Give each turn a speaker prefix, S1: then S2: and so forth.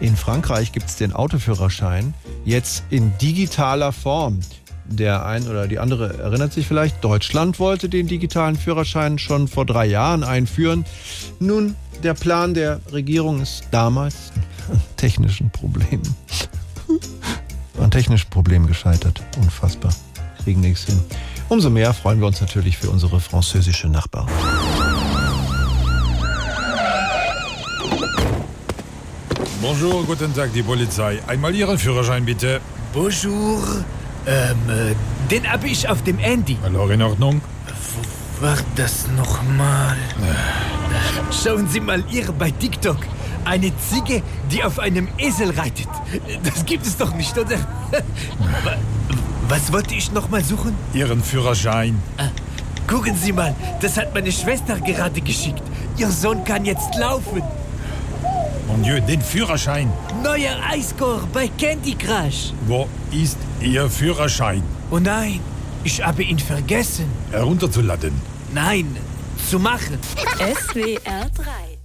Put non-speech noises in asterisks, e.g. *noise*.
S1: In Frankreich gibt es den Autoführerschein jetzt in digitaler Form. Der ein oder die andere erinnert sich vielleicht, Deutschland wollte den digitalen Führerschein schon vor drei Jahren einführen. Nun, der Plan der Regierung ist damals *laughs* an technischen Problemen. *laughs* An technischen Problemen gescheitert. Unfassbar. Kriegen nichts hin. Umso mehr freuen wir uns natürlich für unsere französische Nachbarin.
S2: Bonjour, guten Tag, die Polizei. Einmal Ihren Führerschein bitte.
S3: Bonjour. Ähm, äh, den hab ich auf dem Handy.
S2: Alors in Ordnung?
S3: Wo war das nochmal? Schauen Sie mal hier bei TikTok. Eine Ziege, die auf einem Esel reitet. Das gibt es doch nicht, oder? *laughs* Wa- Was wollte ich nochmal suchen?
S2: Ihren Führerschein.
S3: Ah, Gucken Sie mal, das hat meine Schwester gerade geschickt. Ihr Sohn kann jetzt laufen.
S2: Mon Dieu, den Führerschein.
S3: Neuer Eiskorb bei Candy Crush.
S2: Wo ist Ihr Führerschein?
S3: Oh nein, ich habe ihn vergessen.
S2: Herunterzuladen.
S3: Nein, zu machen.
S4: SWR 3